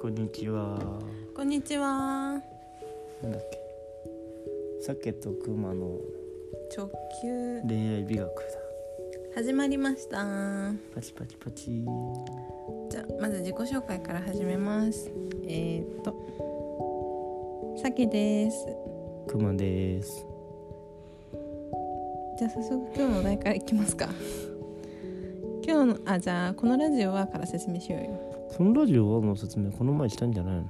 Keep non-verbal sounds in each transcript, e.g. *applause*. こんにちは。こんにちは。なんだっけ。鮭と熊の直球恋愛美学だ。始まりました。パチパチパチ。じゃあまず自己紹介から始めます。えー、っと、さけです。熊です。じゃあ早速今日のお題からいきますか。今日のあじゃあこのラジオはから説明しようよ。このラジオはの説明この前したんじゃないの。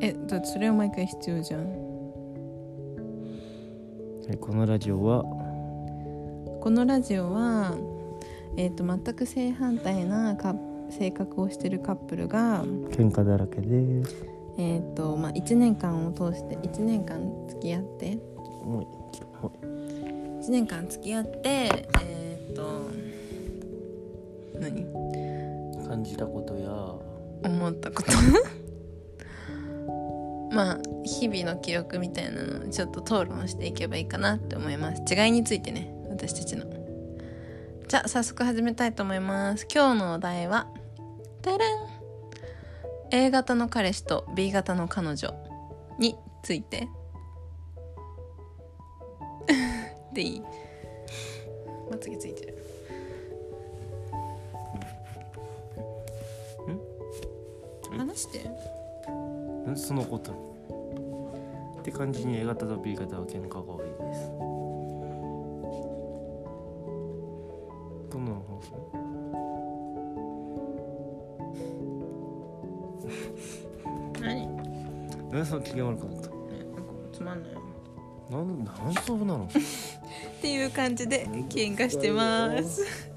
え、だってそれは毎回必要じゃん。はい、このラジオはこのラジオはえー、っと全く正反対なカップ性格をしてるカップルが喧嘩だらけです。えー、っとまあ1年間を通して1年間付き合ってもう一度もう1年間付き合ってえーっと何一度感じたことや思ったこと *laughs* まあ日々の記録みたいなのをちょっと討論していけばいいかなって思います違いについてね私たちのじゃあ早速始めたいと思います今日のお題はたらん A 型の彼氏と B 型の彼女について *laughs* でいい *laughs* まつげついてる話してなんでそのことなの。って感じに A 型と B 型は喧嘩が多いです。どんなの放送？何なんでその機嫌悪くなった。つまんないなんなんそうなの。っていう感じで喧嘩してます。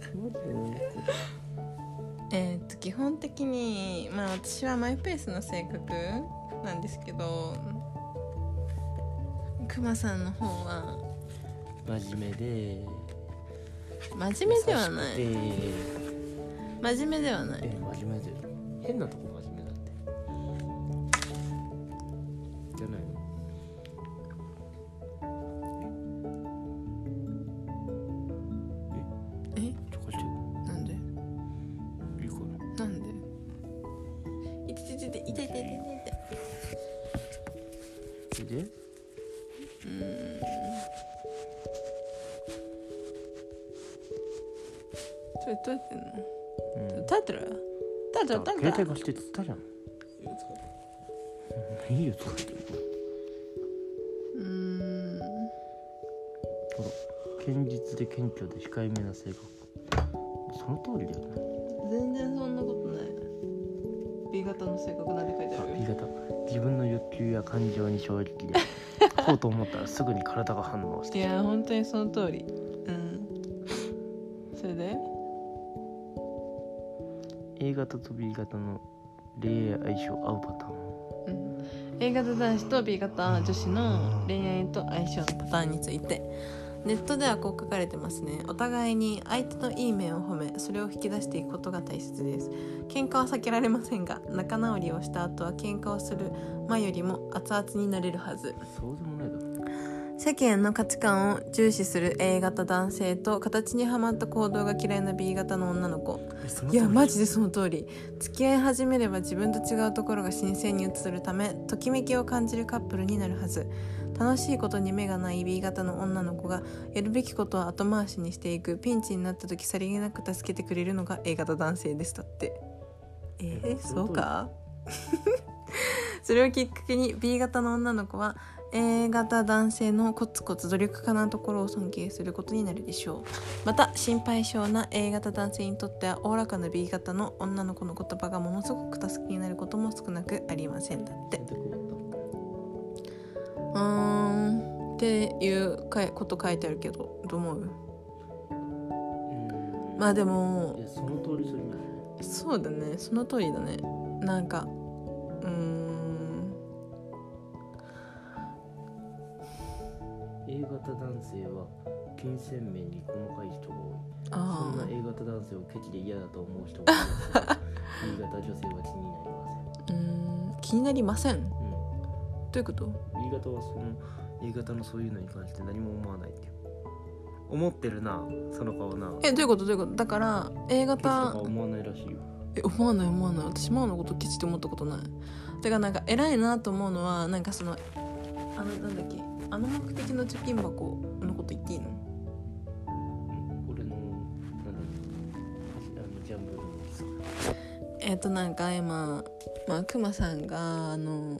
えーっと基本的にまあ私はマイペースな性格なんですけどくまさんの方は真面目で真面目ではな優しいくて真面目ではないえ真面目で変なとこ真面目だってじゃないのえちょこちょなんでいいかななんでいてててていてててててそれでそれどうやってんうんの立ってる立ってる立って携帯る貸してっつったじゃんいいよ使ってうーんほら堅実で謙虚で控えめな性格その通りだよね全然そんなことない B 型の性格なんて書いてあある B 型自分の欲求や感情に正直 *laughs* でこうと思ったらすぐに体が反応しいてや本当にその通りうんそれで A 型と B 型の恋愛相性合うパターン A 型男子と B 型女子の恋愛と相性のパターンについてネットではこう書かれてますねお互いに相手のいい面を褒めそれを引き出していくことが大切です喧嘩は避けられませんが仲直りをした後は喧嘩をする前よりも熱々になれるはずそうでもないだろ世間の価値観を重視する A 型男性と形にはまった行動が嫌いな B 型の女の子いやマジでその通り付き合い始めれば自分と違うところが新鮮に映るためときめきを感じるカップルになるはず楽しいことに目がない B 型の女の子がやるべきことは後回しにしていくピンチになった時さりげなく助けてくれるのが A 型男性ですだってええー、そうか *laughs* それをきっかけに B 型の女の子は A 型男性のコツコツ努力家なところを尊敬することになるでしょうまた心配性な A 型男性にとってはおおらかな B 型の女の子の言葉がものすごく助けになることも少なくありませんだってうーんっていうかいこと書いてあるけどどう思うまあでもいやその通りするんだそうだねその通りだねなんかうーん A 型男性は金銭面に細かい人が多いそあんなあ A 型男性をケチで嫌だと思う人が多い *laughs* です B 型女性は気になりませんうーん気になりませんうどういうことん B 型はその A 型のそういうのに関して何も思わないって思ってるなその顔なケえどういうことどういうことだから A チとか型思わないらしいよえ思わない思わない私マオのことケチって思ったことないだからなんか偉いなと思うのはなんかそのあのなんだっけあの目的の貯金箱のこと言っていいの俺のなんだあのジャンボのさえっ、となんか今まあくまさんがあの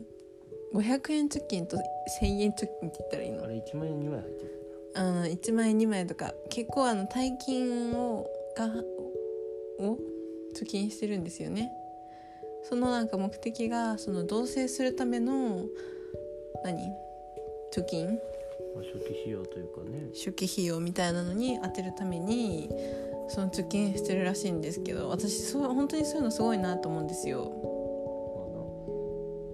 500円貯金と1000円貯金って言ったらいいのあれ1万円2枚入ってるあの1枚2枚とか結構あの大金をがを貯金してるんですよねそのなんか目的がその同棲するための何貯金まあ、初期費用というかね初期費用みたいなのに当てるためにその貯金してるらしいんですけど私そう本当にそういうのすごいなと思うんですよまあなう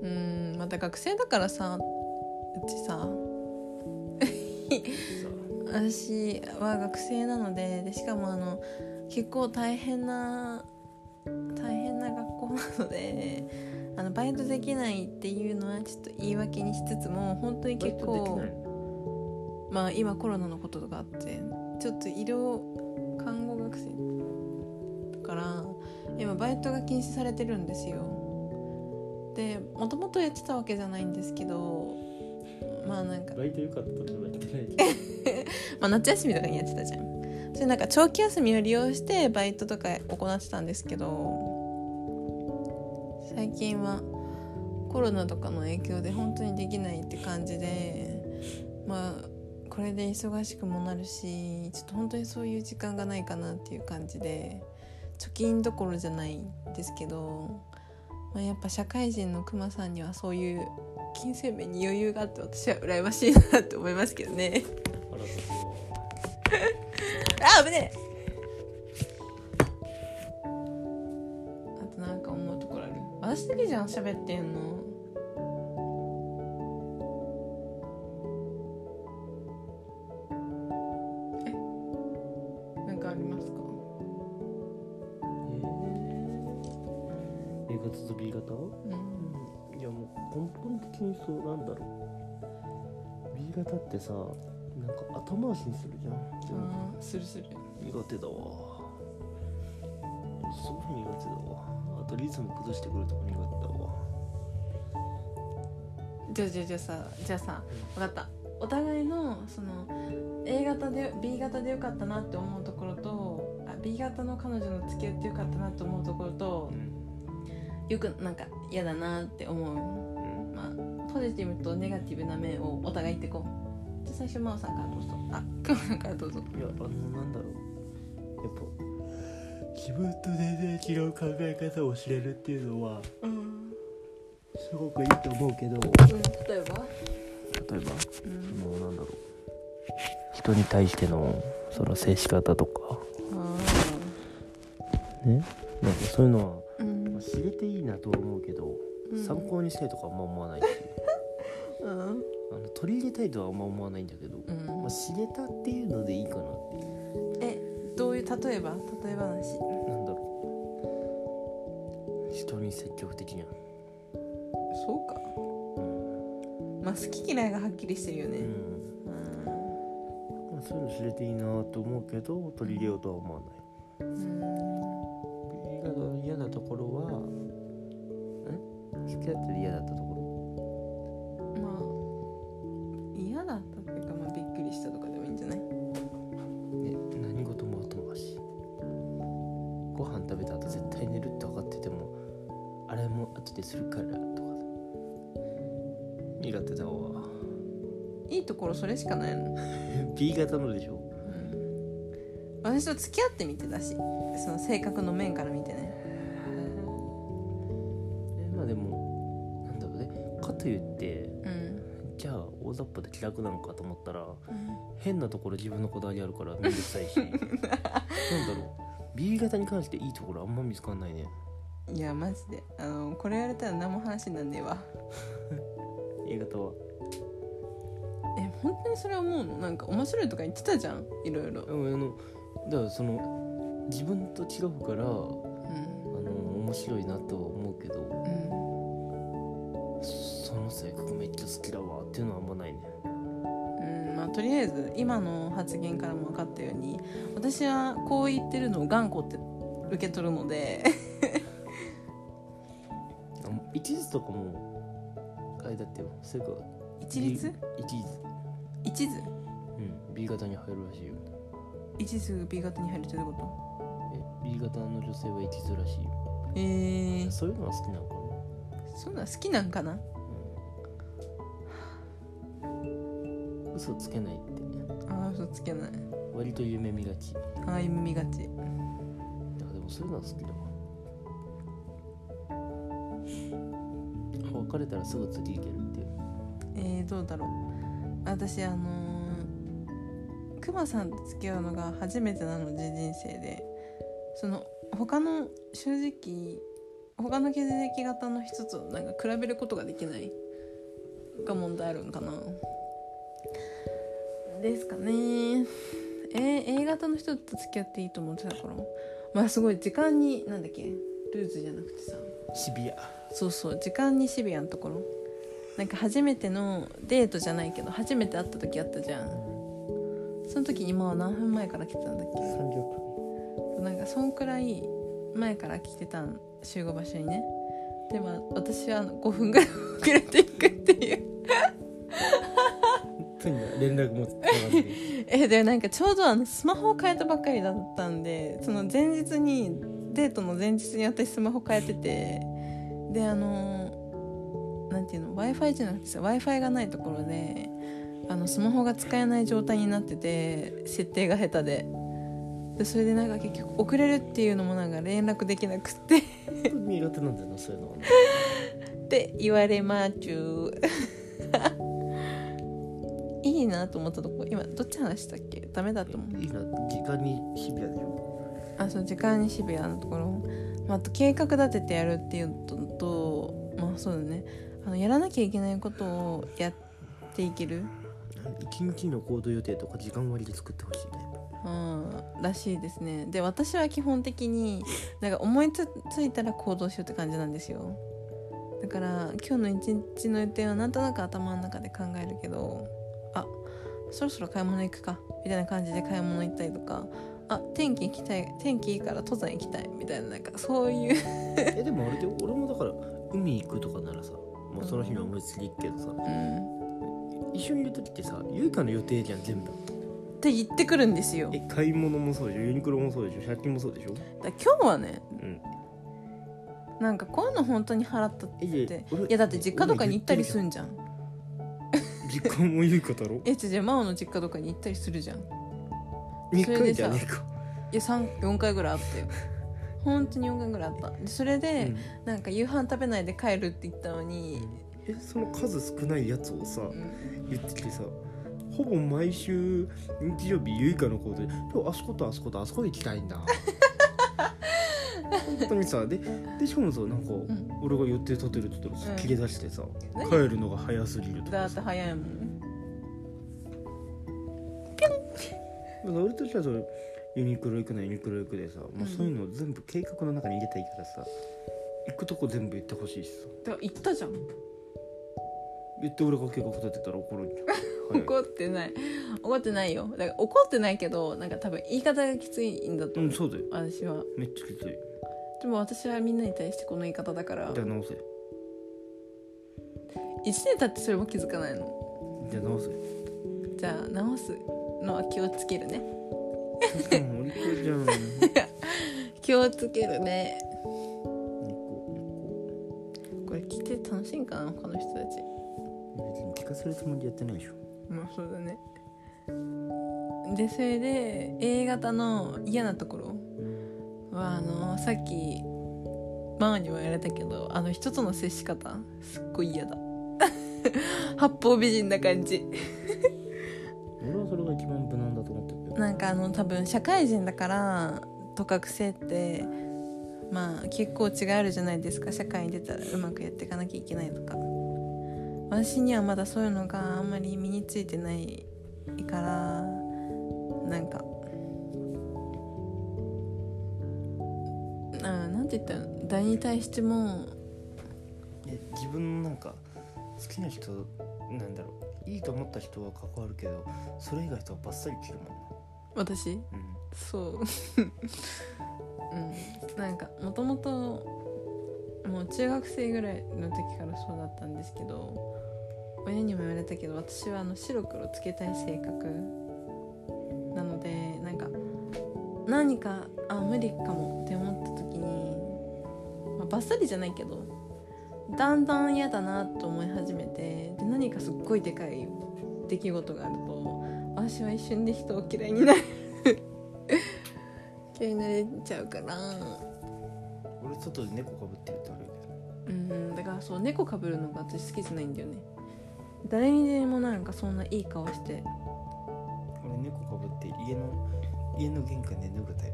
ーんまた学生だからさうちささ私は学生なのででしかもあの結構大変な大変な学校なので *laughs* あのバイトできないっていうのはちょっと言い訳にしつつも本当に結バイトでき構ないのまあ今コロナのこととかあってちょっと医療看護学生だから今バイトが禁止されてるんですよでもともとやってたわけじゃないんですけどまあなんかバイトよかったとは言ってないけどまあ、夏休みとかにやってたじゃんそれなんか長期休みを利用してバイトとか行ってたんですけど最近はコロナとかの影響で本当にできないって感じでまあこれで忙しくもなるしちょっと本当にそういう時間がないかなっていう感じで貯金どころじゃないんですけど、まあ、やっぱ社会人のクマさんにはそういう金銭面に余裕があって私は羨ましいなって思いますけどね。あらそうあ危ねえあとなんか思うところある私だけじゃん喋ってんのえなんかありますかえー A 型と B 型うんいやもう根本的にそうなんだろう B 型ってさなんか後回しにするじゃんでもあーするする苦手だわすごい苦手だわあとリズム崩してくるとこ苦手だわじゃあじゃあじゃあさじゃあさ分かったお互いのその A 型で B 型でよかったなって思うところとあ B 型の彼女の付き合ってよかったなって思うところと、うんよくなんか嫌だなって思う、まあ、ポジティブとネガティブな面をお互い言ってこうじゃあ最初真央さんからどうぞあクマさんからどうぞいやあのなんだろうやっぱ自分と全然違う考え方を知れるっていうのはうん、すごくいいと思うけど例え例えば、ばうそん、のなんだろう人に対してのその接し方とかあねなんかそういうのは、ーうんまあ、知れていいなとは思うけど、うん参考にしたいとかあんま思わないしうんあの取り入れたいとはあんま思わないんだけど、うんまあ、知れたっていうのでいいかなっていうえどういう例えば例え話なんだろう人に積極的にゃんそうかまあ好き嫌いがはっきりしてるよねう、ん、まあ、そういうの知れていいなと思うけど取り入れようとは思わない映うん、画の嫌なところはん付き合ってる嫌だったとこうんまあ嫌だったっていうか、まあ、びっくりしたとかでもいいんじゃないろ、ね、何事も後回しご飯食べた後絶対寝るって分かっててもあれも後でするからとか苦手だわいいところそれしかないの B 型のでしょ私と付き合ってみてだしその性格の面から見てねえまあでもなんだろうねかといってうん、じゃあ大雑把で気楽なのかと思ったら変なところ自分のこだわりあるから面倒くさいしなんだろう B 型に関していいところあんま見つかんないねいやマジであのこれやれたら何も話になんねえわ A 型はえ本当にそれ思うのなんか面白いとか言ってたじゃんいろいろでもあのだからその自分と違うからあのうん面白いなとは思うけどうんその性格めっちゃ好きだわっていうのはあんまないねうんまあ、とりあえず今の発言からも分かったように私はこう言ってるのを頑固って受け取るので一律とかもあれだってよそれか一律 B- 一律一途うん B 型に入るらしいよ一途が B 型に入るってどういうこえ B 型の女性は一途らしいよとえー、そういうのが好きなのかなそんなん好きなんかなうん嘘つけないってああ嘘つけない割と夢見がちだかああ夢見がちらでもそういうのは好きだわ別れたらすぐ次行けるってえー、どうだろう私あのークマさんと付き合うのが初めてなので人生でその他の正直他の血液型の人となんか比べることができないが問題あるんかなですかねえー A 型の人と付き合っていいと思ってたからまあすごい時間になんだっけルーズじゃなくてさシビアそうそう時間にシビアのところなんか初めてのデートじゃないけど初めて会った時あったじゃんその時今は何分前から来てたんだっ *laughs* 30けなんかそんくらい前から来てたん集合場所にねでも私はあの5分ぐらい遅れていくっていう分連絡もつかないえでなんかちょうどあのスマホを変えたばっかりだったんでその前日にデートの前日に私スマホ変えててであのなんていうの w i f i じゃなくて w i f i がないところであのスマホが使えない状態になってて設定が下手ででそれでなんか結局遅れるっていうのもなんか連絡できなくて *laughs* 苦手なんだよなそういうのはねって言われまちゅー *laughs* いいなと思ったとこ今どっち話したっけダメだと思ういいな時間にシビアだよあそう時間にシビアなところ、まあ、あと計画立ててやるっていうのとまあそうだねあのやらなきゃいけないことをやっていける、一日の行動予定とか時間割で作ってほしいねうん、らしいですねで私は基本的になんか思いつついたら行動しようって感じなんですよだから今日の一日の予定はなんとなく頭の中で考えるけどあそろそろ買い物行くかみたいな感じで買い物行ったりとかあ天気行きたい天気いいから登山行きたいみたいななんかそういうえでもあれで俺もだから海行くとかならさもうその日の思いつきで行くけどさうん一緒にいる時ってさゆいかの予定じゃん全部って言ってくるんですよえだか買い物もそうでしょユニクロもそうでしょ借金もそうでしょら今日はねうんなんかこういうの本当に払ったっえいていやだって実家とかに行ったりすんんじゃん実家もゆいかだろえじゃじゃ真央の実家とかに行ったりするじゃんい2それ回でじさゃねえかや4回ぐらいあ *laughs* ったよ本当に4回ぐらいあったでそれで、うんなんか夕飯食べないで帰るって言ったのに、えその数少ないやつをさうん言ってきてさほぼ毎週日曜日ゆいかのことで「今日あそことあそことあそこ行きた *laughs* いんだ」本当にさででしかもさなんか、ん俺が予定立てるって言ったら切れ出してさ、何帰るのが早すぎるとだかってさ早いもんだから俺としてはそれユニクロ行くなユニクロ行くでさ、もうそういうのを全部計画の中に入れたいからさ行くとこ全部言ってほしいしさだから行ったじゃん言って俺が計画立てたら怒るんじゃん早い怒ってない怒ってないよだから怒ってないけどなんか多分言い方がきついんだとう思んう、そうだよ私はめっちゃきついでも私はみんなに対してこの言い方だからじゃあ直せ1年経ってそれも気づかないのじゃあ直せじゃあ直すのは気をつけるねもう一個じゃん。気をつけるね一個これ聞いて楽しいんかな他の人たち別に聞かせるつもりでやってないでしょ。まあそうだねでそれで A 型の嫌なところはあのさっきママにも言われたけどあの人との接し方すっごい嫌だ *laughs* 八方美人な感じ俺はそれが一番無難だと思ってるけど。なんかあの多分社会人だからとか癖ってまあ結構違いあるじゃないですか社会に出たらうまくやっていかなきゃいけないとか私にはまだそういうのがあんまり身についてないからなんかあなんて言ったの誰に対してもえ自分のなんか好きな人なんだろう。いいと思った人は関わるけど、それ以外とはバッサリ切るも私んな。そううんなんかもともともう中学生ぐらいの時からそうだったんですけど親にも言われたけど私はあの白黒つけたい性格なのでなんか何かあ無理かもって思った時に、まあ、バッサリじゃないけどだんだん嫌だなと思い始めてで何かすっごいでかい出来事があると私は一瞬で人を嫌いになる嫌いになれちゃうから。俺外で猫かぶってるってあるけどうんだからそう猫かぶるのが私好きじゃないんだよね誰にでもなんかそんないい顔して俺猫かぶって家の家の玄関で脱ぐタイプ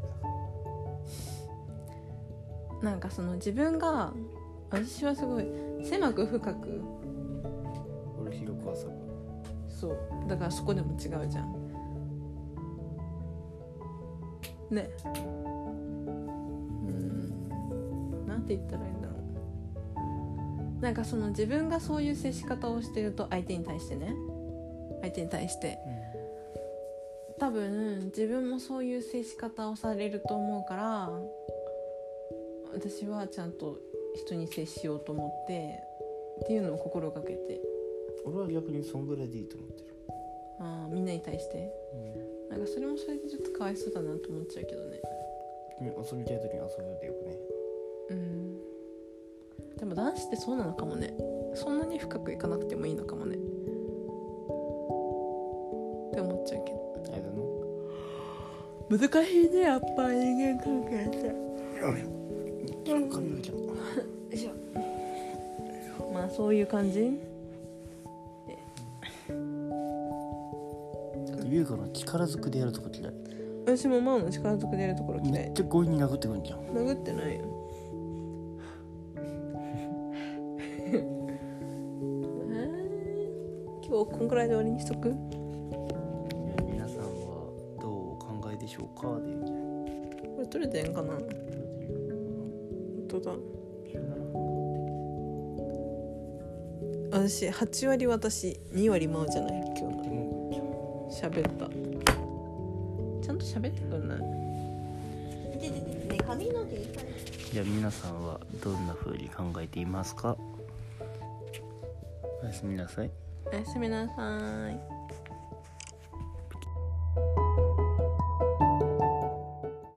だからなんかその自分が私はすごい狭く深く俺広く朝がそうだからそこでも違うじゃんねうんなんて言ったらいいんだろうなんかその自分がそういう接し方をしてると相手に対してね相手に対して多分自分もそういう接し方をされると思うから私はちゃんと人に接しようと思ってっていうのを心がけて俺は逆にそんぐらいでいいと思ってる、あーみんなに対してなんかそれもそれでちょっとかわいそうだなと思っちゃうけどね君遊びたい時に遊ぶでよくねうんでも男子ってそうなのかもねそんなに深くいかなくてもいいのかもねって思っちゃうけどあれだの難しいねやっぱ人間関係って髪の毛ちゃんよいしょまあそういう感じちょっと優香の力ずくでやるとこ嫌い私もマオの力ずくでやるところ嫌めいっちゃ強引に殴ってくんじゃん殴ってないよえー今日こんくらいで終わりにしとく皆さんはどうお考えでしょうかでいいんじゃないこれ取れてんかな本当だ私8割私2割マオじゃない今日の喋ったちゃんと喋ってくんないじゃあ皆さんはどんな風に考えていますかおやすみなさいおやすみなさーい